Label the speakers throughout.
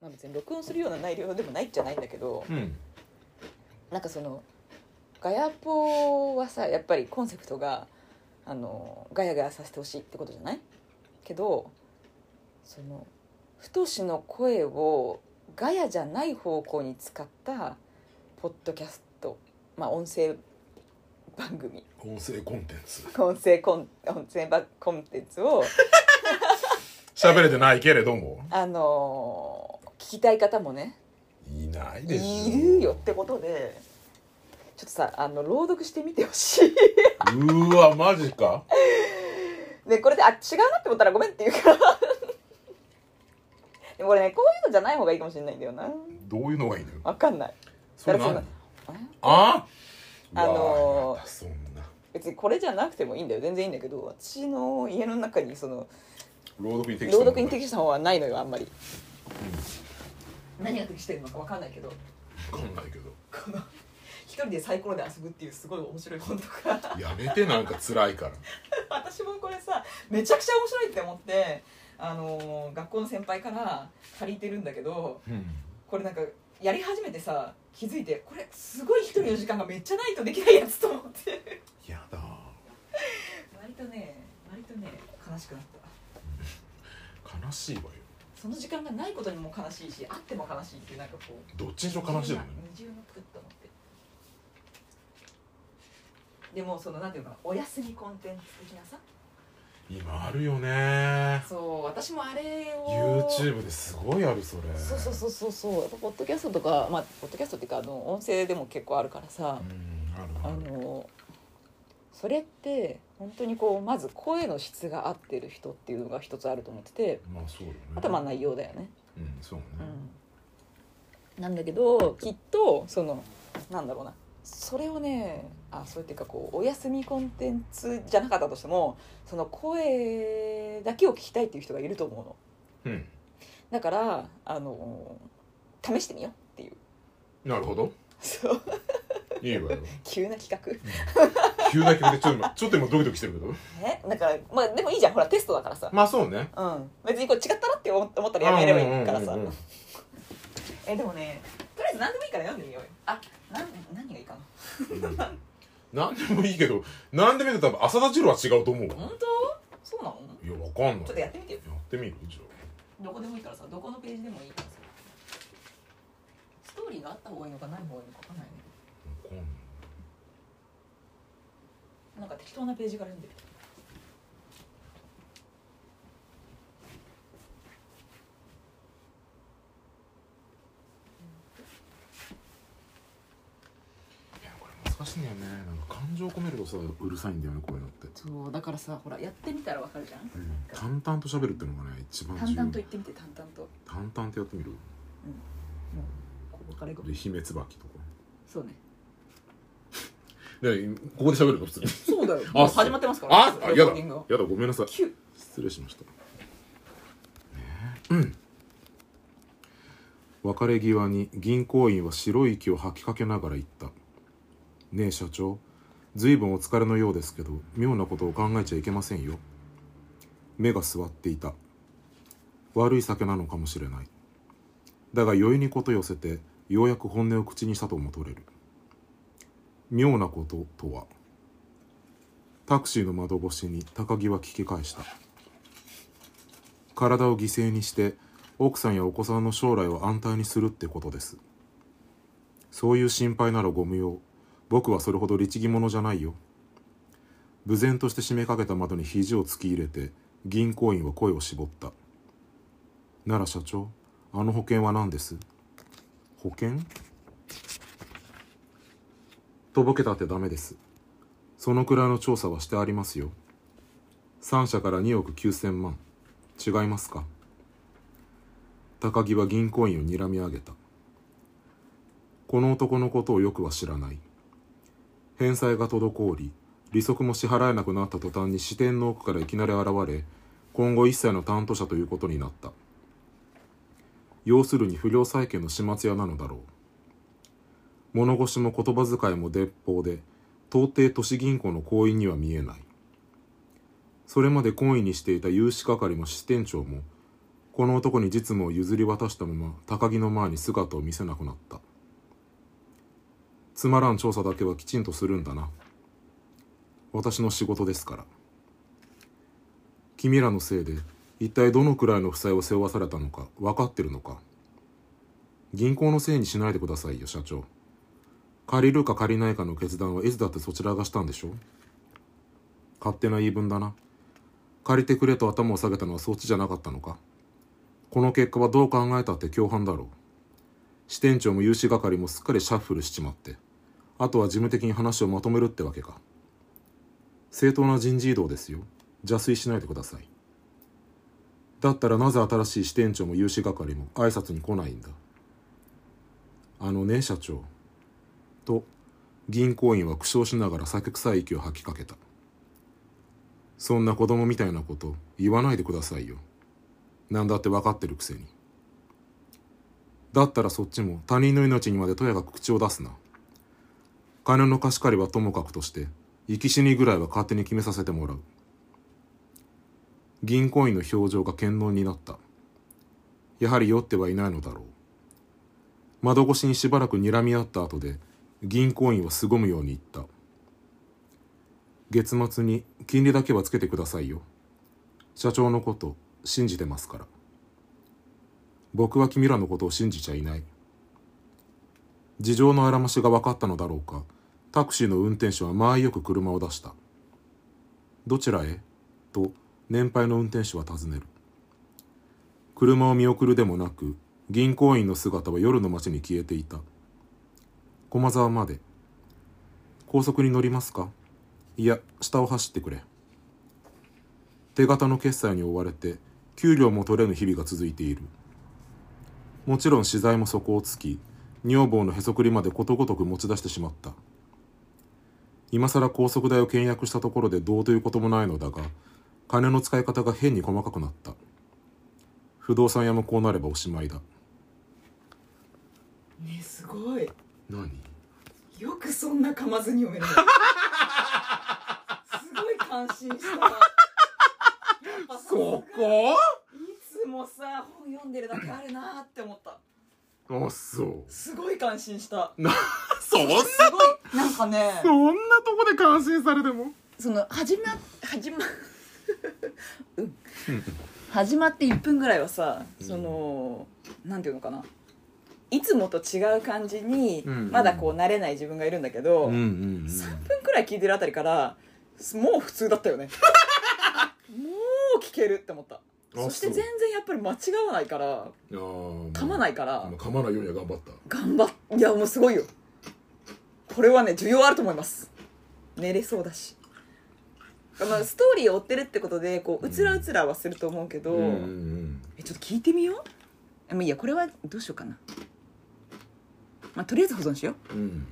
Speaker 1: まあ、別に録音するような内容でもないじゃないんだけど
Speaker 2: うん
Speaker 1: なんかそのガヤポはさやっぱりコンセプトがあのガヤガヤさせてほしいってことじゃないけどその太しの声をガヤじゃない方向に使ったポッドキャストまあ音声番組
Speaker 2: 音声コンテンツ
Speaker 1: 音声コン音声ばコンテンツを
Speaker 2: 喋れてないけれども
Speaker 1: あの聞きたい方もね
Speaker 2: いないです
Speaker 1: いるよってことでちょっとさあの朗読してみてほしい。
Speaker 2: うーわマジか
Speaker 1: でこれであ違うなって思ったらごめんって言うから でもこれねこういうのじゃない方がいいかもしれないんだよな
Speaker 2: どういうのがいいのよ
Speaker 1: わかんない
Speaker 2: それ
Speaker 1: だから
Speaker 2: 何あ
Speaker 1: あのー
Speaker 2: ーうわまたそんな
Speaker 1: 別にこれじゃなくてもいいんだよ全然いいんだけど私の家の中にその
Speaker 2: 朗読に適し
Speaker 1: 朗読
Speaker 2: たもの
Speaker 1: に適した本はないのよあんまり、何が適してるのかわかんないけど
Speaker 2: わかんないけど
Speaker 1: この一人でサイコロで遊ぶっていうすごい面白い本とか
Speaker 2: やめてなんか辛いから
Speaker 1: 私もこれさめちゃくちゃ面白いって思ってあのー学校の先輩から借りてるんだけど
Speaker 2: うん
Speaker 1: これなんかやり始めてさ気づいてこれすごい一人の時間がめっちゃないとできないやつと思って
Speaker 2: やだ
Speaker 1: 割とね割とね悲しくなった
Speaker 2: 悲しいわよ
Speaker 1: その時間がないことにも悲しいしあっても悲しいっていうなんかこう
Speaker 2: どっちにしろ悲しいのよね
Speaker 1: 二重の作ったのってでもそのなんていうのかなお休みコンテンツ的なさ
Speaker 2: 今あるよね
Speaker 1: そう私もあれを
Speaker 2: YouTube ですごいあるそれ
Speaker 1: そうそうそうそうそうやっぱポッドキャストとかまあポッドキャストっていうかあの音声でも結構あるからさ、
Speaker 2: うんある
Speaker 1: あ
Speaker 2: ある
Speaker 1: のそれって本当にこうまず声の質が合ってる人っていうのが一つあると思ってて
Speaker 2: まあそうよね
Speaker 1: あとはまあ内容だよね。
Speaker 2: うんそうね
Speaker 1: うん、なんだけどきっとそのなんだろうなそれをねあそうっていうかこうお休みコンテンツじゃなかったとしてもその声だけを聞きたいっていう人がいると思うの
Speaker 2: うん
Speaker 1: だからあの試してみようっていう
Speaker 2: なるほど
Speaker 1: そう
Speaker 2: いいわよ
Speaker 1: 急な企画
Speaker 2: 急だけどちょっと今ちょっと今ドキドキしてるけど
Speaker 1: えなんかまあでもいいじゃんほらテストだからさ
Speaker 2: まあそうね
Speaker 1: うん、別にこう違ったなって思ったらやめればいいからさ、
Speaker 2: うんうんうんうん
Speaker 1: えでもねとりあえず何でもいいから読んでみようよあなん何がいいかな
Speaker 2: 何でもいいけど何でもいいけど多分浅田次郎は違うと思うわ
Speaker 1: 本当そうなの
Speaker 2: いやわかんない
Speaker 1: ちょっとやってみてよ
Speaker 2: やってみるじゃ
Speaker 1: どこでもいいからさどこのページでもいいからさストーリーがあった方がいいのかない方がいいのか分かんないね
Speaker 2: あわかんない
Speaker 1: なんか適当なページから読んでる
Speaker 2: いやこれ難しいんだよねなんか感情込めるとさうるさいんだよねこういうのって、
Speaker 1: そうだからさほらやってみたらわかるじゃん
Speaker 2: 淡々と喋るっていうのがね一番
Speaker 1: 淡々と言
Speaker 2: 重
Speaker 1: ってみて淡々と
Speaker 2: 要淡々とやってみる
Speaker 1: ここからいこう
Speaker 2: で姫椿とか
Speaker 1: そうね
Speaker 2: でここで喋るの普通に
Speaker 1: そうだよ
Speaker 2: あ
Speaker 1: もう始まってますから
Speaker 2: ああや
Speaker 1: レコー
Speaker 2: だ
Speaker 1: ディングが
Speaker 2: やだごめんなさい
Speaker 1: キュー
Speaker 2: 失礼しました、ねえうん別れ際に銀行員は白い息を吐きかけながら言った「ねえ社長随分お疲れのようですけど妙なことを考えちゃいけませんよ」目が座っていた悪い酒なのかもしれないだが酔いにこと寄せてようやく本音を口にしたとも取れる妙なこととはタクシーの窓越しに高木は聞き返した体を犠牲にして奥さんやお子さんの将来を安泰にするってことですそういう心配ならご無用僕はそれほど律儀者じゃないよ無然として締めかけた窓に肘を突き入れて銀行員は声を絞ったなら社長あの保険は何です保険とぼけたってダメですそのくらいの調査はしてありますよ3社から2億9000万違いますか高木は銀行員を睨み上げたこの男のことをよくは知らない返済が滞り利息も支払えなくなった途端に支店の奥からいきなり現れ今後一切の担当者ということになった要するに不良債権の始末屋なのだろう物腰も言葉遣いも鉄砲で到底都市銀行の行員には見えないそれまで懇意にしていた融資係も支店長もここの男に実務を譲り渡したまま高木の前に姿を見せなくなったつまらん調査だけはきちんとするんだな私の仕事ですから君らのせいで一体どのくらいの負債を背負わされたのか分かってるのか銀行のせいにしないでくださいよ社長借りるか借りないかの決断はいつだってそちらがしたんでしょ勝手な言い分だな借りてくれと頭を下げたのはそっちじゃなかったのかこの結果はどう考えたって共犯だろう支店長も融資係もすっかりシャッフルしちまってあとは事務的に話をまとめるってわけか正当な人事異動ですよ邪推しないでくださいだったらなぜ新しい支店長も融資係も挨拶に来ないんだあのね社長と銀行員は苦笑しながら酒臭い息を吐きかけたそんな子供みたいなこと言わないでくださいよなんだって分かってるくせにだったらそっちも他人の命にまでとやかく口を出すな金の貸し借りはともかくとして生き死にぐらいは勝手に決めさせてもらう銀行員の表情が堅能になったやはり酔ってはいないのだろう窓越しにしばらく睨み合った後で銀行員は凄むように言った月末に金利だけはつけてくださいよ社長のこと信じてますから僕は君らのことを信じちゃいない事情のあらましが分かったのだろうかタクシーの運転手は前よく車を出したどちらへと年配の運転手は尋ねる車を見送るでもなく銀行員の姿は夜の街に消えていた駒沢まで高速に乗りますかいや下を走ってくれ手形の決済に追われて給料も取れぬ日々が続いているもちろん資材も底をつき女房のへそくりまでことごとく持ち出してしまった今更高速代を倹約したところでどうということもないのだが金の使い方が変に細かくなった不動産屋もこうなればおしまいだ
Speaker 3: ねすごい
Speaker 2: 何
Speaker 3: よくそんな噛まずに読め るすごい感心したやっぱさ
Speaker 2: こ
Speaker 3: いつもさ本読んでるだけあるなーって思った
Speaker 2: こあそう
Speaker 3: すごい感心した
Speaker 2: そんな
Speaker 3: すごいなんかね
Speaker 2: そんなとこで感心されても
Speaker 1: その始ま始まうん始まって1分ぐらいはさその、なんていうのかないつもと違う感じに、
Speaker 2: うんうん
Speaker 1: まだこう慣れない自分がいるんだけど、
Speaker 2: うんうん
Speaker 1: 3分くらい聞いてるあたりからもう普通だったよねもう聞けるって思った
Speaker 2: あ
Speaker 1: そして
Speaker 2: そう
Speaker 1: 全然やっぱり間違わないから
Speaker 2: うん
Speaker 1: 噛ま
Speaker 2: い
Speaker 1: ないから、
Speaker 2: 噛まないようには頑張った
Speaker 1: 頑張っいやもうすごいよこれはね需要あると思います寝れそうだし、まあ、ストーリーを追ってるってことでこううつらうつらはすると思うけど、
Speaker 2: うんうん
Speaker 1: えちょっと聞いてみようあまあいいやこれはどうしようかな、まあ、とりあえず保存しよ
Speaker 2: うんうん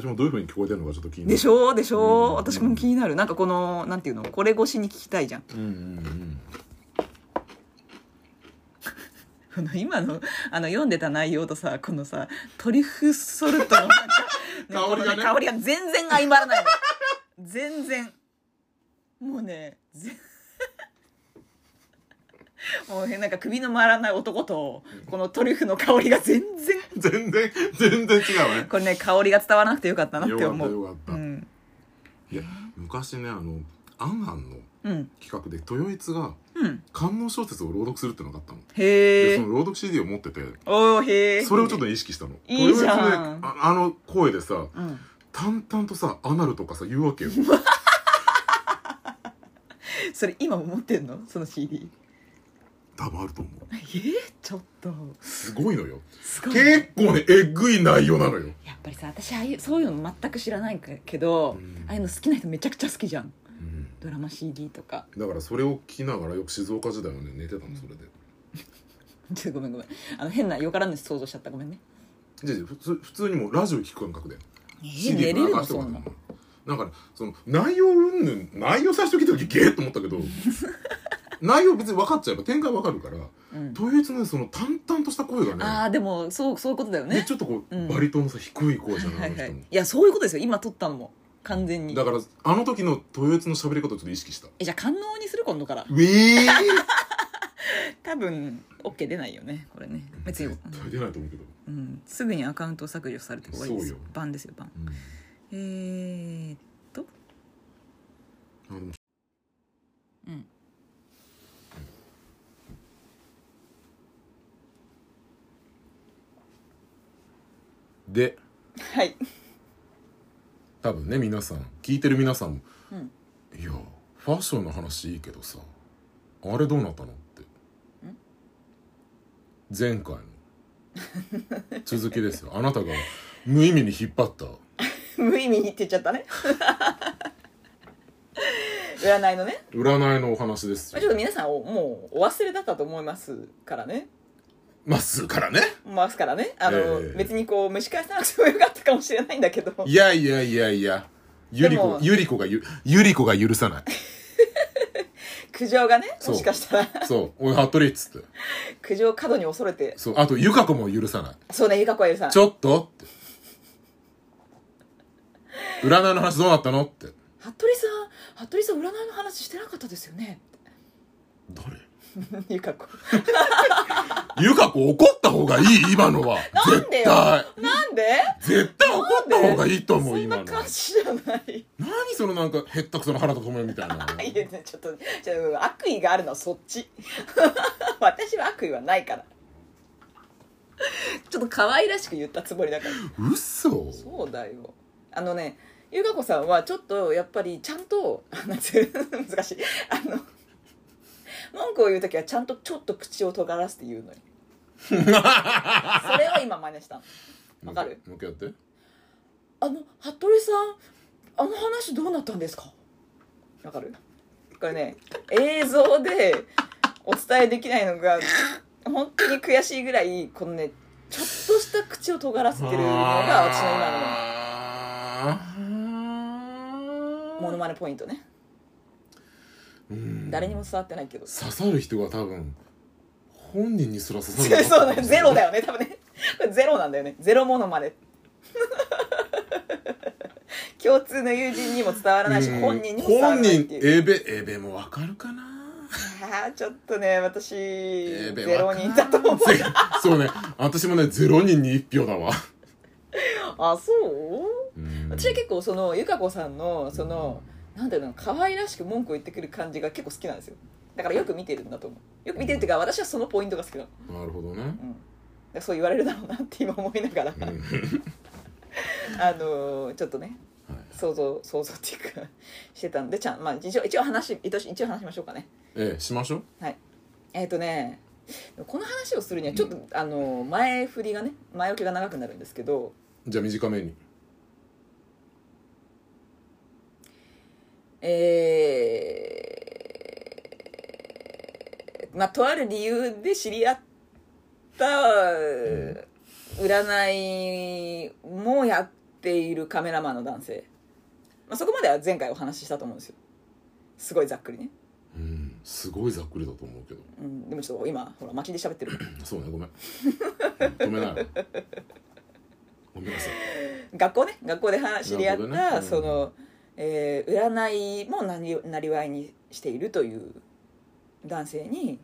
Speaker 2: 私もどういうふうに聞こえてるのかちょっと気
Speaker 1: う
Speaker 2: になる
Speaker 1: でしょうでしょう、
Speaker 2: うん
Speaker 1: 私も気になるなんかこのなんていうのこれ越しに聞きたいじゃん
Speaker 2: うんうん
Speaker 1: この今のあの読んでた内容とさこのさトリュフソルトのなんか こ
Speaker 2: 香りがね
Speaker 1: の香りが全然相まらないの全然もうねぜ もうねなんか首の回らない男とこのトリュフの香りが全然
Speaker 2: うん全然全然違うね
Speaker 1: これね香りが伝わらなくてよかった なっ
Speaker 2: よ
Speaker 1: て
Speaker 2: かった
Speaker 1: 思う
Speaker 2: よかった、
Speaker 1: うん
Speaker 2: いや昔ねあの「アンアンの
Speaker 1: うん
Speaker 2: 企画で豊悦が
Speaker 1: うん
Speaker 2: 官能小説を朗読するってのがあったの、
Speaker 1: へ
Speaker 2: でそ
Speaker 1: え
Speaker 2: の朗読 CD を持ってて
Speaker 1: おおへえ
Speaker 2: それをちょっと意識したの
Speaker 1: いいじゃん
Speaker 2: 豊悦ねああの声でさ
Speaker 1: うん
Speaker 2: 淡々とさアナルとかさ言 うわけよ
Speaker 1: それ今も持ってんのその CD
Speaker 2: 多分あると思う
Speaker 1: えちょっと
Speaker 2: すごいの よ
Speaker 1: すごいね
Speaker 2: 結構ねえぐい内容なのよ
Speaker 1: やっぱりさ私ああいうそういうの全く知らないけど、
Speaker 2: うん
Speaker 1: ああいうの好きな人めちゃくちゃ好きじゃんドラマ CD とか
Speaker 2: だからそれを聞きながらよく静岡時代はね寝てたのそれで
Speaker 1: ちょっとごめんごめんあの変なよからぬ想像しちゃったごめんね
Speaker 2: じゃあ普通普通にもうラジオ聞く感覚で
Speaker 1: え
Speaker 2: CD
Speaker 1: 寝れる
Speaker 2: 流
Speaker 1: の
Speaker 2: して
Speaker 1: そ
Speaker 2: もら
Speaker 1: んな
Speaker 2: ってもだからその内容うんぬん内容最初聞いた時ゲーッと思った けど内容別に分かっちゃえば展開分かるから
Speaker 1: うん、
Speaker 2: とりあえずねその淡々とした声がね
Speaker 1: ああでもそうそういうことだよ
Speaker 2: で
Speaker 1: ね
Speaker 2: ちょっとこう、
Speaker 1: うん
Speaker 2: バリトンのさ低い声じゃ
Speaker 1: は
Speaker 2: ない
Speaker 1: い
Speaker 2: あの
Speaker 1: はい
Speaker 2: 人も
Speaker 1: いやそういうことですよ今撮ったのも完全に
Speaker 2: だからあの 時の豊悦の喋り方をちょっと意識した
Speaker 1: えじゃあ官能にする今度から
Speaker 2: ウィー
Speaker 1: 多分 OK 出ないよねこれね別に
Speaker 2: 絶、対出ないと思うけど、
Speaker 1: うん、すぐにアカウントを削除されて終わりですよ
Speaker 2: そうよ
Speaker 1: バンですよバン
Speaker 2: うん、
Speaker 1: えー、
Speaker 2: あでも
Speaker 1: うん
Speaker 2: で
Speaker 1: はい
Speaker 2: 多分ね皆さん聞いてる皆さんも、
Speaker 1: うん
Speaker 2: いやファッションの話いいけどさあれどうなったのって前回の続きですよあなたが無意味に引っ張った
Speaker 1: 無意味にって言っちゃったね 占いのね
Speaker 2: 占いのお話です
Speaker 1: まあちょっ
Speaker 2: よ
Speaker 1: と皆さんをもうお忘れだったと思いますからね
Speaker 2: まっすぐからね
Speaker 1: ますからねあの、
Speaker 2: ええ
Speaker 1: 別にこう蒸し返さなくてもよかったかもしれないんだけど
Speaker 2: いやいやいやいやゆ
Speaker 1: で
Speaker 2: りこ
Speaker 1: も
Speaker 2: ゆりこがゆゆりこが許さない
Speaker 1: 苦情がね
Speaker 2: そう
Speaker 1: もしかしたら
Speaker 2: そう「おい服部」っつって
Speaker 1: 苦情を過度に恐れて
Speaker 2: そうあとゆかこも許さない
Speaker 1: そうねゆかこはゆさん
Speaker 2: 「ちょっと」って「占いの話どうなったの?」って
Speaker 1: 服部さん服部さん占いの話してなかったですよね
Speaker 2: 誰
Speaker 1: ゆかこ
Speaker 2: ゆかこ怒った方がい い今のは
Speaker 1: なんで
Speaker 2: 絶
Speaker 1: よ
Speaker 2: 対
Speaker 1: なんで
Speaker 2: 絶対怒った方がいいと思
Speaker 1: そ
Speaker 2: うん今
Speaker 1: な
Speaker 2: の
Speaker 1: 感じじゃない
Speaker 2: 何そのなんかへったくその腹とともみたい な
Speaker 1: いやちょっとちょっと悪意があるのはそっち 私は悪意はないからちょっと可愛らしく言ったつもりだから
Speaker 2: 嘘
Speaker 1: そうだよあのね優香子さんはちょっとやっぱりちゃんとあなんていう難しいあの文句を言う時はちゃんとちょっと口を尖らせて言う のよそれを今真似したのわかる
Speaker 2: もう一回もう一回やって
Speaker 1: あの服部さんあの話どうなったんですかわかるこれね映像でお伝えできないのが本当に悔しいぐらいこのねちょっとした口を尖らせてるのが私の今のモノマネポイントね
Speaker 2: うん
Speaker 1: 誰にも伝わってないけど
Speaker 2: 刺さる人が多分本人にすら刺さ
Speaker 1: そ
Speaker 2: る
Speaker 1: う そうねゼロだよね多分ねこれゼロなんだよねゼロものま で共通の友人にも伝わらないし
Speaker 2: うん
Speaker 1: 本人にも伝わらないってい
Speaker 2: 本人
Speaker 1: う
Speaker 2: エベエベもわかるかな
Speaker 1: あーちょっとね私
Speaker 2: エベ
Speaker 1: ゼロ
Speaker 2: わか
Speaker 1: 人だと思う
Speaker 2: ぜそうね私もねゼロ人に一票だわ
Speaker 1: あそう
Speaker 2: うん
Speaker 1: 私は結構そのゆかこさんのそのなんだろうな可愛らしく文句を言ってくる感じが結構好きなんですよだからよく見てるんだと思うよく見てるっていうか私はそのポイントが好きなの、
Speaker 2: なるほど
Speaker 1: う
Speaker 2: ね
Speaker 1: ん、だからそう言われるだろうなって今思いながら、
Speaker 2: うん
Speaker 1: あのーちょっとね
Speaker 2: はい
Speaker 1: 想像想像っていうかしてたんでちゃんまあ一応一応話一応一応話しましょうかね
Speaker 2: ええしましょう
Speaker 1: えっ、とねこの話をするにはちょっと、あの前振りがね前置きが長くなるんですけど
Speaker 2: じゃあ短めに
Speaker 1: えーまあとある理由で知り合った占いもやっているカメラマンの男性、まあ、そこまでは前回お話ししたと思うんですよすごいざっくりね、
Speaker 2: うんすごいざっくりだと思うけど
Speaker 1: うん、でもちょっと今ほら巻きで喋ってるから
Speaker 2: そうねご めん止めないわごめんなさい
Speaker 1: 学校ね学校で話知り合った、
Speaker 2: なるほどねうん
Speaker 1: その、えー占いもなりなりわいにしているという男性に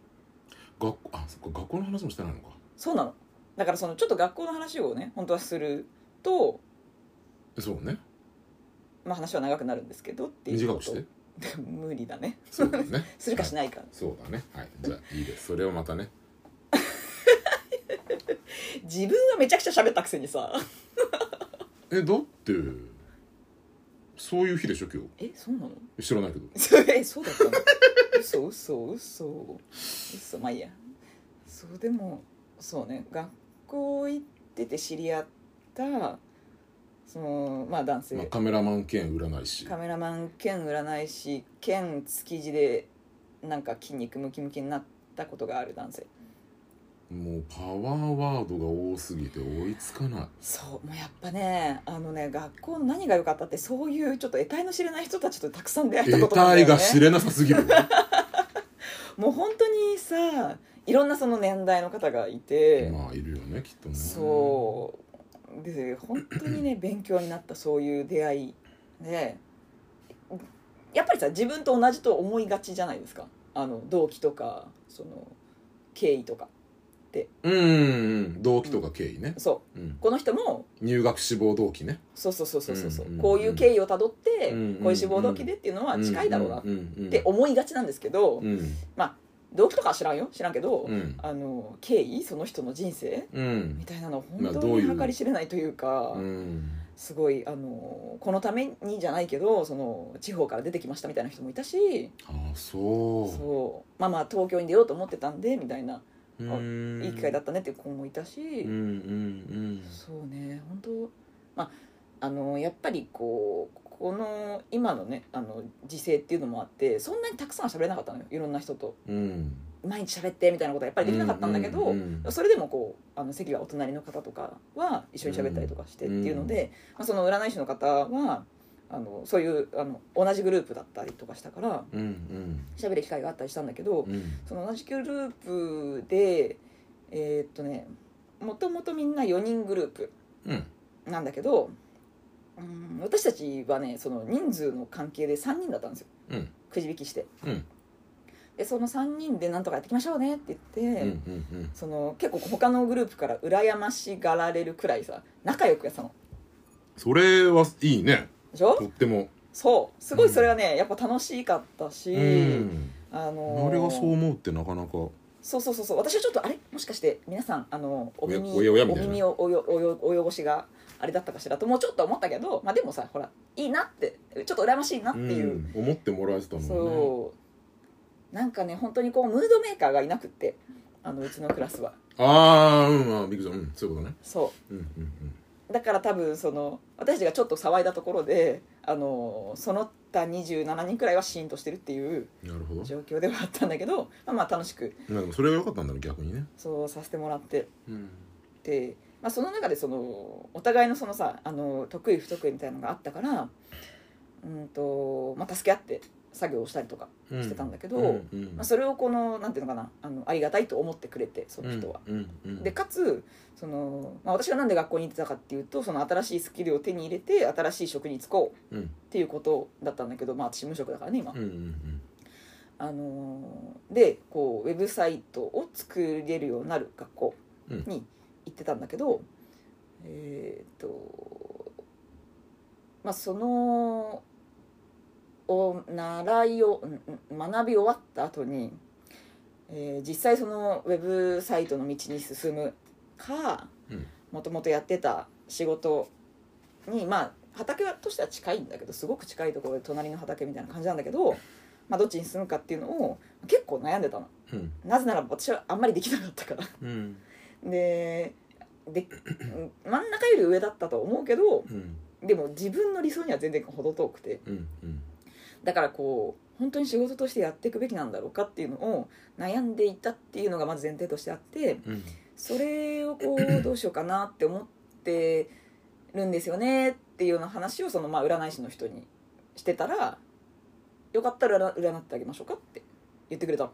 Speaker 2: 学校あそっか学校の話もしてないのか
Speaker 1: そうなのだからそのちょっと学校の話をね本当はすると、
Speaker 2: えそう ね
Speaker 1: まあ、話は長くなるんですけどっていう
Speaker 2: 短
Speaker 1: こ
Speaker 2: く
Speaker 1: と
Speaker 2: して
Speaker 1: でも 無理だね
Speaker 2: そうだね
Speaker 1: するかしないか、
Speaker 2: そうだねはいじゃあいいですそれをまたね
Speaker 1: 自分はめちゃくちゃ喋ったくせにさ
Speaker 2: えだってそういう日でしょ今
Speaker 1: えそうなの
Speaker 2: 日知らないけど
Speaker 1: そ えそうだったの嘘嘘嘘嘘まあいいやそうでもそうね学校行ってて知り合ったそのまあ男性、
Speaker 2: まあ、カメラマン兼占い師
Speaker 1: カメラマン兼占い師兼築地でなんか筋肉ムキムキになったことがある男性
Speaker 2: もうパワーワードが多すぎて追いつかない
Speaker 1: そうもうやっぱねあのね学校の何が良かったってそういうちょっと得体の知れない人たちとたくさん出 会えたこ
Speaker 2: 得
Speaker 1: となんだ
Speaker 2: 体
Speaker 1: よね
Speaker 2: が知れなさすぎ る
Speaker 1: もう本当にさいろんなその年代の方がいて、
Speaker 2: まあいるよねきっとね
Speaker 1: そうで本当にね勉強になったそういう出会いでやっぱりさ自分と同じと思いがちじゃないですかあの同期とかその経緯とか
Speaker 2: うんうんうん動機とか経緯ね、
Speaker 1: そ
Speaker 2: うん
Speaker 1: うこの人も
Speaker 2: 入学志望動機ね
Speaker 1: そうそうそうそうそうそう
Speaker 2: うんうんうん
Speaker 1: こういう経緯をたどって、
Speaker 2: うんうんうん
Speaker 1: こういう志望動機でっていうのは近いだろうなっ
Speaker 2: うんうんうん
Speaker 1: て思いがちなんですけど、
Speaker 2: うん
Speaker 1: 動機とかは知らんよ知らんけど、
Speaker 2: うん
Speaker 1: あの経緯その人の人生
Speaker 2: うん
Speaker 1: みたいなの
Speaker 2: まあ
Speaker 1: 本当
Speaker 2: どう
Speaker 1: に
Speaker 2: いう
Speaker 1: 計り知れないというか、
Speaker 2: うん
Speaker 1: すごいあのこのためにじゃないけどその地方から出てきましたみたいな人もいたし
Speaker 2: ああそう
Speaker 1: そうまあまあ東京に出ようと思ってたんでみたいな、
Speaker 2: う
Speaker 1: あ
Speaker 2: ん
Speaker 1: いい機会だったねっていう子もいたし、
Speaker 2: うんうん
Speaker 1: そうね本当まああのやっぱりこうこの今のねあの時勢っていうのもあってそんなにたくさんは喋れなかったのよいろんな人と
Speaker 2: うんうん
Speaker 1: 毎日喋ってみたいなことはやっぱりできなかったんだけど、
Speaker 2: うんうん
Speaker 1: それでもこうあの席がお隣の方とかは一緒に喋ったりとかしてっていうので、まあ、その占い師の方はあのそういうあの同じグループだったりとかしたから
Speaker 2: うんうん
Speaker 1: 喋る機会があったりしたんだけど、
Speaker 2: うん
Speaker 1: その同じグループでえーっとねもともとみんな4人グループ
Speaker 2: うん
Speaker 1: なんだけど、うん、私たちはねその人数の関係で3人だったんですよ
Speaker 2: うん
Speaker 1: くじ引きして。
Speaker 2: うん
Speaker 1: でその3人でなんとかやっていきましょうねって言って。
Speaker 2: うんうんうん
Speaker 1: その結構他のグループから羨ましがられるくらいさ仲良くやってたの
Speaker 2: それはいいね
Speaker 1: でしょ
Speaker 2: とっても
Speaker 1: そうすごいそれはね、やっぱ楽しかったし、
Speaker 2: うん
Speaker 1: あのー
Speaker 2: 俺がそう思うってなかなか
Speaker 1: そうそうそうそう私はちょっとあれもしかして皆さんあのお耳
Speaker 2: おやおやみ
Speaker 1: お
Speaker 2: たいな
Speaker 1: 耳をおよおよお汚しがあれだったかしらともうちょっと思ったけど、まあ、でもさほらいいなってちょっと羨ましいなっていう、
Speaker 2: うん思ってもらえてたもんね
Speaker 1: そうなんかね本当にこうムードメーカーがいなくってあのうちのクラスは
Speaker 2: ああうんあーびっくりしたうんそういうことね
Speaker 1: そう
Speaker 2: うんうんうん
Speaker 1: だから多分その私たちがちょっと騒いだところであのその他27人くらいはシーンとしてるっていう
Speaker 2: なるほど
Speaker 1: 状況ではあったんだけど、まあ、まあ楽しく
Speaker 2: まあでもそれが良かったんだね逆にね
Speaker 1: そうさせてもらって
Speaker 2: うん
Speaker 1: で、まあ、その中でそのお互いのそのさあの得意不得意みたいなのがあったからうんと、まあ、助け合って作業をしたりとか、してたんだけど
Speaker 2: うんうん
Speaker 1: まあ、それをこのなんていうのかなあのありがたいと思ってくれてその人は。
Speaker 2: うんうん
Speaker 1: でかつその、まあ、私がなんで学校に行ってたかっていうとその新しいスキルを手に入れて新しい職に就こう
Speaker 2: うん
Speaker 1: っていうことだったんだけど、まあ、私無職だからね今、
Speaker 2: うんうん
Speaker 1: あのーでこうウェブサイトを作れるようになる学校に行ってたんだけど、えーっとまあそのお習いをんん学び終わった後に、えー実際そのウェブサイトの道に進むか
Speaker 2: うん
Speaker 1: もともとやってた仕事にまあ畑としては近いんだけどすごく近いところで隣の畑みたいな感じなんだけど、まあ、どっちに進むかっていうのを結構悩んでたの
Speaker 2: うん
Speaker 1: なぜなら私はあんまりできなかったから
Speaker 2: うん
Speaker 1: ででうん真ん中より上だったと思うけど
Speaker 2: うん
Speaker 1: でも自分の理想には全然程遠くて
Speaker 2: うんうん
Speaker 1: だからこう本当に仕事としてやっていくべきなんだろうかっていうのを悩んでいたっていうのがまず前提としてあって
Speaker 2: うん
Speaker 1: それをこうどうしようかなって思ってるんですよねっていうような話をそのまあ占い師の人にしてたら「よかったら占ってあげましょうか」って言ってくれたの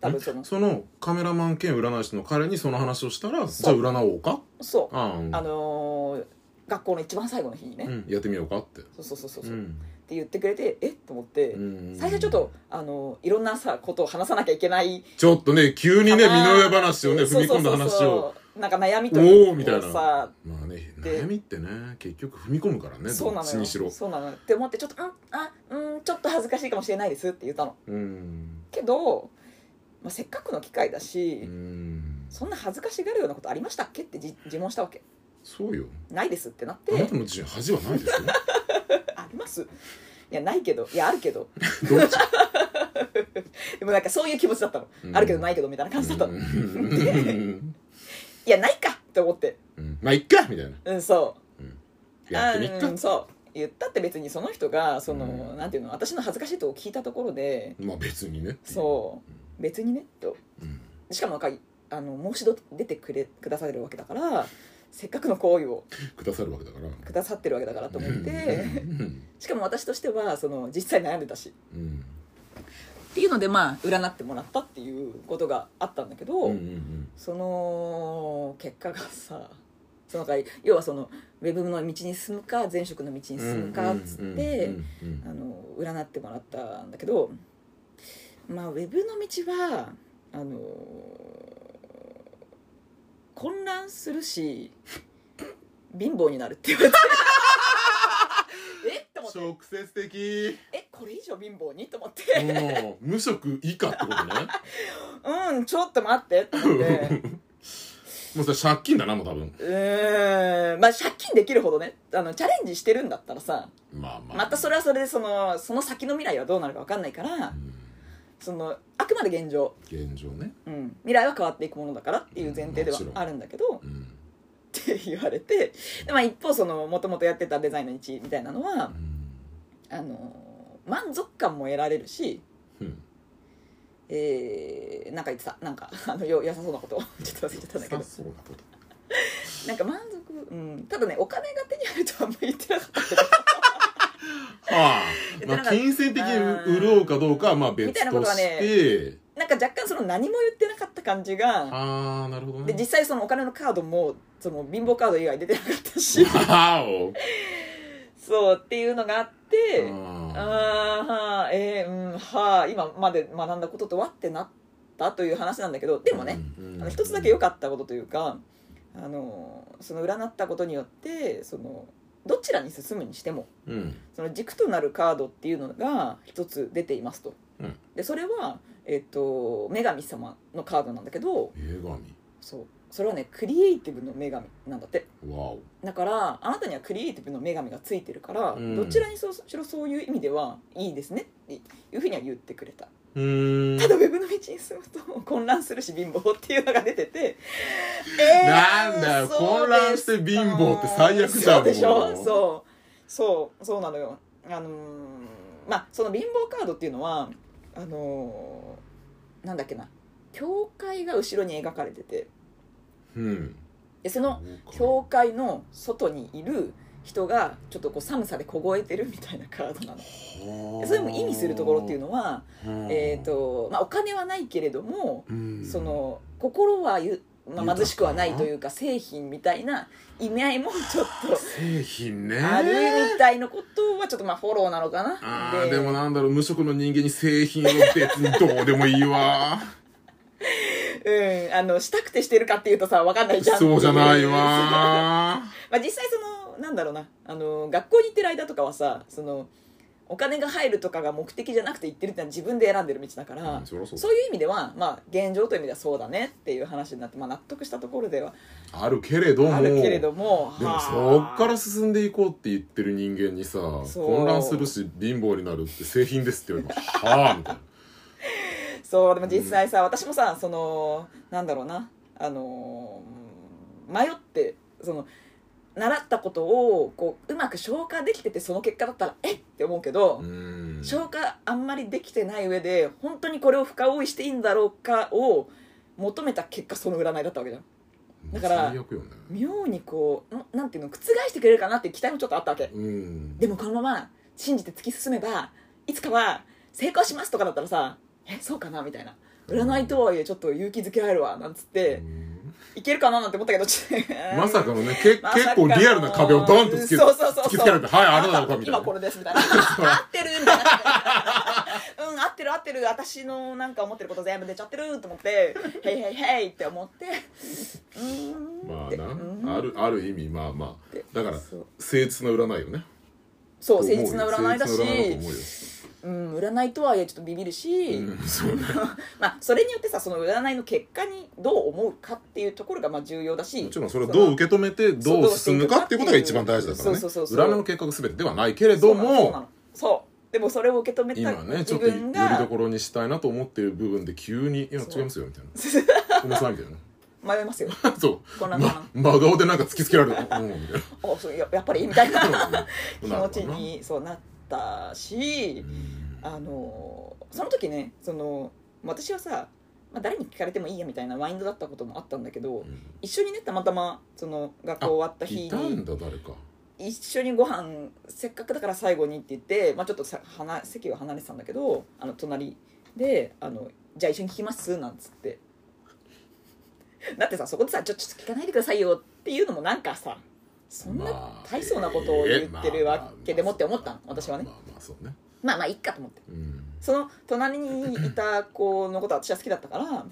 Speaker 1: 多分その
Speaker 2: そのカメラマン兼占い師の彼にその話をしたらじゃ
Speaker 1: そ
Speaker 2: あ
Speaker 1: う
Speaker 2: 占おうか
Speaker 1: そう
Speaker 2: あーうん
Speaker 1: あのー学校の一番最後の日にね、
Speaker 2: うんやってみようかって
Speaker 1: そうそうそうそう、
Speaker 2: う
Speaker 1: っ
Speaker 2: ん
Speaker 1: て言ってくれてえっと思って、
Speaker 2: うん
Speaker 1: 最初ちょっとあのーいろんなさことを話さなきゃいけない
Speaker 2: ちょっとね急にね身
Speaker 1: かな
Speaker 2: の上話をね踏み込んだ話
Speaker 1: そうそ
Speaker 2: を
Speaker 1: うそうなんか悩みという
Speaker 2: おおみたいな
Speaker 1: さ
Speaker 2: まあね
Speaker 1: で
Speaker 2: 悩みってね結局踏み込むからね
Speaker 1: そう
Speaker 2: ど
Speaker 1: な
Speaker 2: っ
Speaker 1: の
Speaker 2: ち
Speaker 1: よ
Speaker 2: にしろ
Speaker 1: そうなのよって思ってちょっと「うんあうんちょっと恥ずかしいかもしれないです」って言ったの
Speaker 2: うん
Speaker 1: けど、まあ、せっかくの機会だし、
Speaker 2: うん
Speaker 1: そんな恥ずかしがるようなことありましたっけってじ自問したわけ
Speaker 2: そうよ
Speaker 1: ないですってなっ
Speaker 2: あな
Speaker 1: て
Speaker 2: たの自信恥はないですよ
Speaker 1: ありますいやないけどいやあるけど
Speaker 2: どっち
Speaker 1: でもなんかそういう気持ちだったの、
Speaker 2: うん
Speaker 1: あるけどないけどみたいな感じだったの、い
Speaker 2: うん
Speaker 1: やないかって思って
Speaker 2: うんまあいっかみたいな
Speaker 1: うんそう
Speaker 2: やってみっ
Speaker 1: あ
Speaker 2: か
Speaker 1: うんそう言ったって別にその人がその、
Speaker 2: うん
Speaker 1: なんていうの私の恥ずかしいとこ聞いたところで
Speaker 2: まあ別にね
Speaker 1: そう別にねと
Speaker 2: うん
Speaker 1: しかもなんかあの申し出てくれくださるわけだからせっかくの行為を
Speaker 2: くださるわけだから
Speaker 1: くださってるわけだからと思っ
Speaker 2: う
Speaker 1: て
Speaker 2: ん
Speaker 1: しかも私としてはその実際悩んでたし
Speaker 2: うん
Speaker 1: っていうのでまあ占ってもらったっていうことがあったんだけど、
Speaker 2: うんうん
Speaker 1: その結果がさその回要はそのウェブの道に進むか前職の道に
Speaker 2: うん
Speaker 1: 進むかっつって、
Speaker 2: うんうん
Speaker 1: あの占ってもらったんだけどまあウェブの道はあのー混乱するし貧乏になるって言われて えっと思って
Speaker 2: 直接的
Speaker 1: えこれ以上貧乏にと思って
Speaker 2: もう無職以下ってことね
Speaker 1: うんちょっと待ってって思 って
Speaker 2: もうそれ借金だなもう多分
Speaker 1: うーんまあ借金できるほどねあのチャレンジしてるんだったらさ
Speaker 2: まあまあ
Speaker 1: またそれはそれでそのその先の未来はどうなるか分かんないから
Speaker 2: うん
Speaker 1: そのあくまで現状、
Speaker 2: 現状ね
Speaker 1: うん、未来は変わっていくものだからっていう前提ではあるんだけど、
Speaker 2: う
Speaker 1: っ
Speaker 2: ん
Speaker 1: て言われてで、まあ、一方そのもともとやってたデザインの道みたいなのはあの満足感も得られるし、
Speaker 2: うん
Speaker 1: えーなんか言ってたなんか あのよ良さそうなことを ちょっと忘れちゃったんだけど
Speaker 2: さそうなこと
Speaker 1: なんか満足、うん、ただねお金が手に入るとはあんまり言ってなかったけ
Speaker 2: は
Speaker 1: な
Speaker 2: あ、
Speaker 1: ん
Speaker 2: まあ、
Speaker 1: か
Speaker 2: 金銭的に潤うかどうかはまあ別
Speaker 1: みたいなこと
Speaker 2: と
Speaker 1: は
Speaker 2: し
Speaker 1: ね
Speaker 2: て、
Speaker 1: どなんか若干その何も言ってなかった感じが
Speaker 2: ああなるほど
Speaker 1: で
Speaker 2: ね
Speaker 1: 実際そのお金のカードもその貧乏カード以外出てなかったし
Speaker 2: わお
Speaker 1: そうっていうのがあって。
Speaker 2: あ
Speaker 1: あーはあえーうんはあ今まで学んだこととはってなったという話なんだけどで
Speaker 2: ー
Speaker 1: もね、
Speaker 2: うん
Speaker 1: あの一つだけ良かったことというかあのその占ったことによってそのどちらに進むにしても
Speaker 2: うん
Speaker 1: その軸となるカードっていうのが一つ出ていますと、
Speaker 2: うん
Speaker 1: でそれは、えっと女神様のカードなんだけど
Speaker 2: 女神わ
Speaker 1: そうそれはねクリエイティブの女神なんだって
Speaker 2: お
Speaker 1: だからあなたにはクリエイティブの女神がついてるから、
Speaker 2: うん
Speaker 1: どちらにそうしろそういう意味ではいいですねっていうふうには言ってくれた
Speaker 2: うーん
Speaker 1: ただウェブの道に進むと混乱するし貧乏っていうのが出ててえ
Speaker 2: なんだよ
Speaker 1: そう
Speaker 2: 混乱
Speaker 1: ですか
Speaker 2: して貧乏って最悪じゃん
Speaker 1: そうでし
Speaker 2: もう
Speaker 1: ょそうそうそうなのよあのーまあその貧乏カードっていうのはあのーなんだっけな教会が後ろに描かれてて
Speaker 2: うん
Speaker 1: でその教会の外にいる人がちょっとこう寒さで凍えてるみたいなカードなの
Speaker 2: はあ
Speaker 1: それも意味するところっていうのは、
Speaker 2: はあ
Speaker 1: えーとまあ、お金はないけれども、
Speaker 2: うん
Speaker 1: その心はゆ、まあ、
Speaker 2: 豊か
Speaker 1: 貧しくはないというか製品みたいな意味合いもちょっ
Speaker 2: 製品ね
Speaker 1: とあるみたいなことはちょっとまあフォローなのか
Speaker 2: あ
Speaker 1: な
Speaker 2: ー
Speaker 1: で
Speaker 2: でもなんだろう無職の人間に製品を別にどうでもいいわ
Speaker 1: うん、あのしたくてしてるかっていうとさ分かん ないじゃん
Speaker 2: そうじゃない
Speaker 1: ま
Speaker 2: わ
Speaker 1: あ実際そのなんだろうなあの学校に行ってる間とかはさそのお金が入るとかが目的じゃなくて行ってるってのは自分で選んでる道だから、
Speaker 2: うんそりゃそうだ
Speaker 1: そういう意味では、まあ、現状という意味ではそうだねっていう話になって、まあ、納得したところでは
Speaker 2: あるけれども
Speaker 1: あるけれども
Speaker 2: でもそ
Speaker 1: はあ
Speaker 2: っから進んでいこうって言ってる人間にさ
Speaker 1: そう
Speaker 2: 混乱するし貧乏になるって製品ですって言わればはあみたいな
Speaker 1: そうでも実際さ、私もさそのなんだろうなあのうん迷ってその習ったことをこううまく消化できててその結果だったらえっって思うけど、
Speaker 2: うん
Speaker 1: 消化あんまりできてない上で本当にこれを深追いしていいんだろうかを求めた結果その占いだったわけじゃんだから
Speaker 2: 最悪よね
Speaker 1: 妙にこうななんていうの覆してくれるかなっていう期待もちょっとあったわけ、
Speaker 2: うん
Speaker 1: でもこのまま信じて突き進めばいつかは成功しますとかだったらさえそうかなみたいな占いとはいえちょっと勇気づけられるわなんつって
Speaker 2: うん
Speaker 1: いけるかななんて思ったけどちょっと
Speaker 2: まさかのねけ
Speaker 1: まさ
Speaker 2: 結
Speaker 1: かの
Speaker 2: 構リアルな壁をドンと突き
Speaker 1: そうそうそうそう
Speaker 2: 突きつけられて「はいあなたのか」みたい
Speaker 1: 今
Speaker 2: な
Speaker 1: これですみたいな 合ってるみたいなうん合ってる合ってる私のなんか思ってること全部出ちゃってると思って「ヘイヘイヘイ」って思ってうーん
Speaker 2: まあ
Speaker 1: ってうん
Speaker 2: なあるある意味まあまあ
Speaker 1: で
Speaker 2: だから
Speaker 1: そう
Speaker 2: 誠実な占いよね
Speaker 1: そう
Speaker 2: と
Speaker 1: 誠
Speaker 2: 思うよ
Speaker 1: 実な占いだし
Speaker 2: 誠実な占いだと思うよ
Speaker 1: うん、占いとはいえちょっとビビるし、
Speaker 2: うんそうね
Speaker 1: まあ、それによってさその占いの結果にどう思うかっていうところがまあ重要だし
Speaker 2: もちろんそれをどう受け止めて
Speaker 1: そう
Speaker 2: どう進むかっていうことが一番大事だからね
Speaker 1: そうそうそうそう
Speaker 2: 占いの結果が全てではないけれ
Speaker 1: そ
Speaker 2: ど
Speaker 1: うなのそうな
Speaker 2: も
Speaker 1: のそうでもそれを受け止めた
Speaker 2: 今ね
Speaker 1: 自
Speaker 2: ちょっとよ
Speaker 1: 分
Speaker 2: り
Speaker 1: が
Speaker 2: どころにしたいなと思ってる部分で急に「いや
Speaker 1: そう
Speaker 2: 違いますよ」みたいな 「お前さん」みたいな
Speaker 1: 迷いますよ
Speaker 2: そ
Speaker 1: こ
Speaker 2: うん
Speaker 1: な
Speaker 2: ま
Speaker 1: んか
Speaker 2: 真顔でなんか突きつけられるうんみたい
Speaker 1: あそうややっぱりみたいな
Speaker 2: な
Speaker 1: 気持ちにそうなったし
Speaker 2: うん
Speaker 1: あのその時ねその私はさ、まあ、誰に聞かれてもいいやみたいなマインドだったこともあったんだけど
Speaker 2: うん
Speaker 1: 一緒にねたまたまその学校終わった日
Speaker 2: いたん
Speaker 1: に
Speaker 2: だ誰か
Speaker 1: 一緒にご飯せっかくだから最後にって言って、まあ、ちょっとさ離席を離れてたんだけどあの隣であの「じゃあ一緒に聞きます」なんつってだってさそこでさ「ちょちょっと聞かないでくださいよ」っていうのもなんかさそんな
Speaker 2: まあ
Speaker 1: 大層なことを言ってるわけでもって思ったの私はね
Speaker 2: まあまあまあそうね
Speaker 1: まあまあいっかと思って
Speaker 2: うん
Speaker 1: その隣にいた子のことは私は好きだったから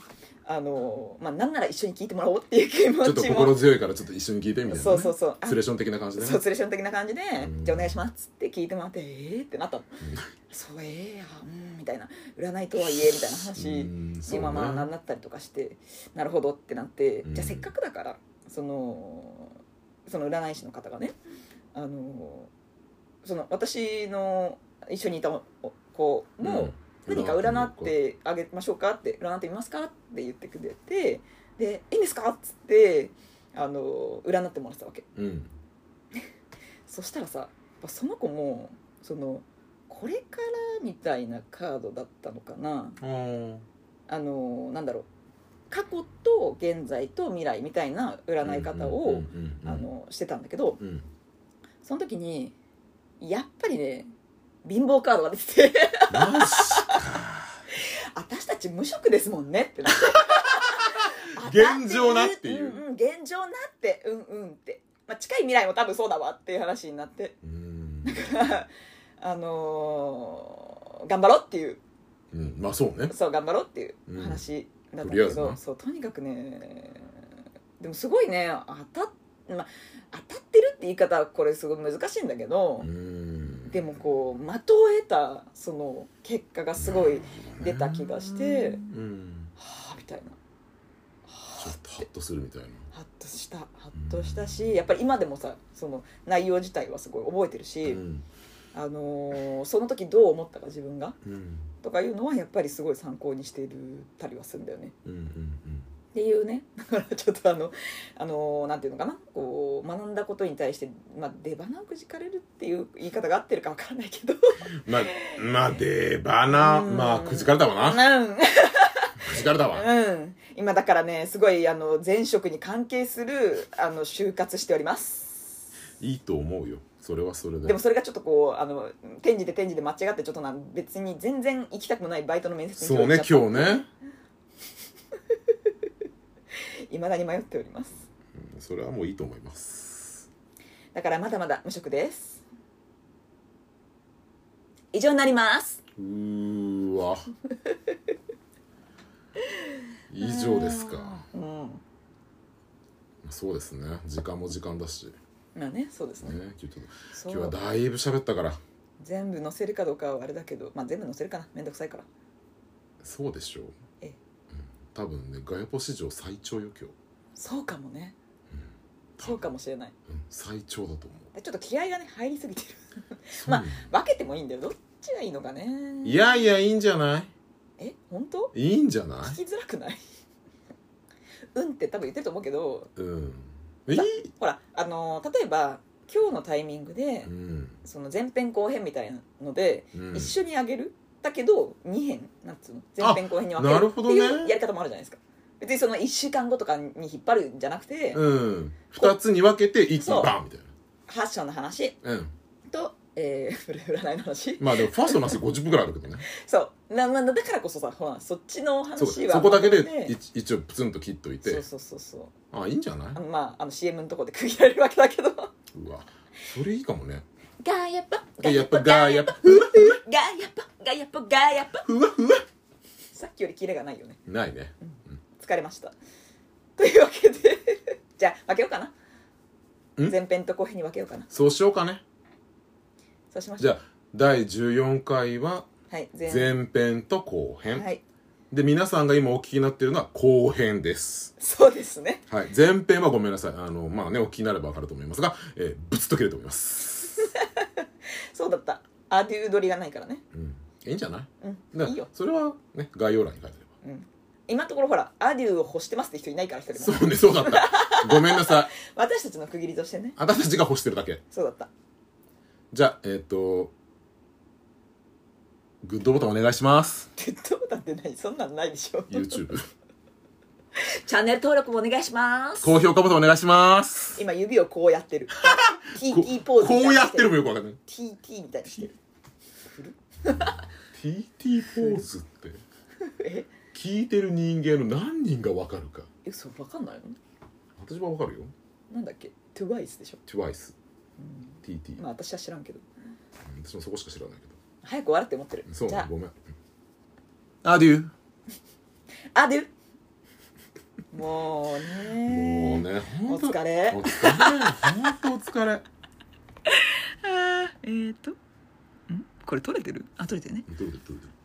Speaker 1: あの、まあ、なんなら一緒に聞いてもらおうっていう気持
Speaker 2: ちょっと
Speaker 1: ち
Speaker 2: 心
Speaker 1: も
Speaker 2: 強いからちょっと一緒に聞いてみたいな、ね、
Speaker 1: そうそうそうあ
Speaker 2: スレション的な感じで、ね、
Speaker 1: そうツレション的な感じで
Speaker 2: う
Speaker 1: 「
Speaker 2: ん
Speaker 1: じゃあお願いします」っつって聞いてもらって「えー?」ってなったのそうええやうんみたいな占いとはいえみたいな話
Speaker 2: うんそう
Speaker 1: で
Speaker 2: ね
Speaker 1: まあまあなんなったりとかしてなるほどってなって、
Speaker 2: うん
Speaker 1: じゃあせっかくだからそのその占い師の方がねあのその私の一緒にいたお子も、
Speaker 2: うん
Speaker 1: 何か占ってあげましょうかって占ってみますかって言ってくれてで「いいんですか?」っつってあの占ってもらってたわけ
Speaker 2: うん
Speaker 1: そしたらさやっぱその子もそのこれからみたいなカードだったのかな
Speaker 2: あー
Speaker 1: あのなんだろう過去と現在と未来みたいな占い方
Speaker 2: うん
Speaker 1: を
Speaker 2: うんうん
Speaker 1: あのしてたんだけど
Speaker 2: うん
Speaker 1: その時にやっぱりね貧乏カードが出てて
Speaker 2: マ
Speaker 1: 私たち無職ですもんねってなって
Speaker 2: 現状なっていう
Speaker 1: うんうん、現状なってうんうんって、まあ、近い未来も多分そうだわっていう話になって
Speaker 2: ジか
Speaker 1: あのー頑張ろうっていう
Speaker 2: うん、うん、まあそうね
Speaker 1: そう頑張ろうっていう話だったんだけ
Speaker 2: とりあえず
Speaker 1: ど、
Speaker 2: な
Speaker 1: そうとにかくねでもすごいね当た,、まあ、当たってるって言い方はこれすごい難しいんだけど
Speaker 2: う、ん
Speaker 1: でもこう的を得たその結果がすごい出た気がして、
Speaker 2: うん
Speaker 1: はあみたいな
Speaker 2: ちょっとハッとするみたいな
Speaker 1: ハッとしたハッとしたしやっぱり今でもさその内容自体はすごい覚えてるし、
Speaker 2: うん
Speaker 1: あのーその時どう思ったか自分が
Speaker 2: うん
Speaker 1: とかいうのはやっぱりすごい参考にしているたりはするんだよね。
Speaker 2: うんうん
Speaker 1: っていうねだからちょっとあの、あのなんていうのかなこう学んだことに対して、まあ、出花をくじかれるっていう言い方が合ってるかわからないけど
Speaker 2: うんまあまあ出花
Speaker 1: うん
Speaker 2: まあくじかれたわな
Speaker 1: う
Speaker 2: くじかれたわ
Speaker 1: ん、うん、今だからねすごいあの前職に関係するあの就活しております
Speaker 2: いいと思うよそれはそれで
Speaker 1: でもそれがちょっとこうあの転じて転じて間違ってちょっとな別に全然行きたくもないバイトの面接に
Speaker 2: そうね今日
Speaker 1: 日
Speaker 2: ね
Speaker 1: いまだに迷っております
Speaker 2: うんそれはもういいと思います
Speaker 1: だからまだまだ無職です以上になります
Speaker 2: うー わ以上ですか
Speaker 1: うん
Speaker 2: そうですね時間も時間だし、ね、
Speaker 1: まあねそうですね
Speaker 2: 今日ちょっと
Speaker 1: そ
Speaker 2: 今日は
Speaker 1: う
Speaker 2: だいぶ喋ったから
Speaker 1: 全部載せるかどうかはあれだけどまあ全部載せるかなめんどくさいから
Speaker 2: そうでしょう、
Speaker 1: え
Speaker 2: うん
Speaker 1: え、
Speaker 2: 多分ねガヤポ史上最長よ今日
Speaker 1: そうかもねそうかもしれない
Speaker 2: うん最長だと思う
Speaker 1: ちょっと気合がね入りすぎてる
Speaker 2: そう
Speaker 1: まあ分けてもいいんだよどっちがいいのかね
Speaker 2: いやいやいいんじゃな
Speaker 1: え本当
Speaker 2: いいいんじゃない
Speaker 1: 聞きづらくない うんって多分言ってると思うけど
Speaker 2: うんいい
Speaker 1: ほらあのー例えば今日のタイミングで
Speaker 2: うん、
Speaker 1: その前編後編みたいなので
Speaker 2: うん、
Speaker 1: 一緒にあげるだけど2編なんつうの前編後編に分け
Speaker 2: なる
Speaker 1: る
Speaker 2: ほ
Speaker 1: って
Speaker 2: どね
Speaker 1: いうやり方もあるじゃないですか別にその1週間後とかに引っ張るんじゃなくて、
Speaker 2: うん二つに分けて一気
Speaker 1: そ
Speaker 2: に
Speaker 1: う
Speaker 2: バンみたい
Speaker 1: ファッションの話
Speaker 2: なうん
Speaker 1: と、えー、 占いの話
Speaker 2: まあでもファーストの話50分ぐらいあるけどね
Speaker 1: そうな、まあ、だからこそさほらそっちの
Speaker 2: そう
Speaker 1: 話は
Speaker 2: そこだけ
Speaker 1: まと
Speaker 2: で
Speaker 1: めて
Speaker 2: 一一応プツンと切っとい
Speaker 1: そ
Speaker 2: て
Speaker 1: うそうそうそう
Speaker 2: あいいんじゃない
Speaker 1: あのまああの CM のとこで区切られるわけだけど
Speaker 2: うわそれいいかもね
Speaker 1: ガーヤッパ
Speaker 2: でやっぱガーやっぱ
Speaker 1: ガーヤッパガーヤッパガーヤッパ
Speaker 2: ふわふわ
Speaker 1: さっきよりキレがないよね
Speaker 2: ないね
Speaker 1: 疲れましたというわけで じゃあ分けようかなん前編と後編に分けようかな
Speaker 2: そうしようかね
Speaker 1: そうしまし
Speaker 2: じ
Speaker 1: ょ
Speaker 2: ゃ
Speaker 1: う
Speaker 2: あ第14回は
Speaker 1: はい
Speaker 2: 前編と後編、
Speaker 1: はい
Speaker 2: で皆さんが今お聞きになってるのは後編です
Speaker 1: そうですね
Speaker 2: はい前編はごめんなさいあのまあねお聞きになれば分かると思いますが、えー、ぶつっと切れると思います、
Speaker 1: そうだったアデュー取りがないからね
Speaker 2: うん、いいんじゃない
Speaker 1: うん
Speaker 2: だ
Speaker 1: いいよ
Speaker 2: それはね概要欄に書いてあれば
Speaker 1: うん今のところほらアデューを欲してますって人いないから一人
Speaker 2: そ
Speaker 1: も
Speaker 2: うねそうだったごめんなさい
Speaker 1: 私たちの区切りとしてね
Speaker 2: 私たちが欲してるだけ
Speaker 1: そうだった
Speaker 2: じゃあえっ、とグッドボタンお願いします
Speaker 1: グッドボタンってないそんなんないでしょ
Speaker 2: YouTube
Speaker 1: チャンネル登録もお願いします
Speaker 2: 高評価ボタンお願いします
Speaker 1: 今指をこうやってる
Speaker 2: こ
Speaker 1: TT ポーズみたいにして
Speaker 2: こうやってるもよくわかんない
Speaker 1: TT みたいにしてる
Speaker 2: TT ポーズって
Speaker 1: え
Speaker 2: 聞いてる人間の何人がわかるか
Speaker 1: えそれ分かんないの
Speaker 2: 私はわかるよ
Speaker 1: なんだっけ TWICE でしょ、
Speaker 2: TWICE
Speaker 1: うん
Speaker 2: TT、
Speaker 1: まあ私は知らんけど
Speaker 2: 私もそこしか知らないけど
Speaker 1: 早く終わるって思ってる
Speaker 2: そう
Speaker 1: じゃ
Speaker 2: ごめんアデュー
Speaker 1: あアデュもうね
Speaker 2: もうね
Speaker 1: お
Speaker 2: 本当
Speaker 1: 疲れ
Speaker 2: お疲れ本当お 疲れ
Speaker 1: あーえっ、ー、とんこれ取れてるあ取れてるね
Speaker 2: どういうことどういうこと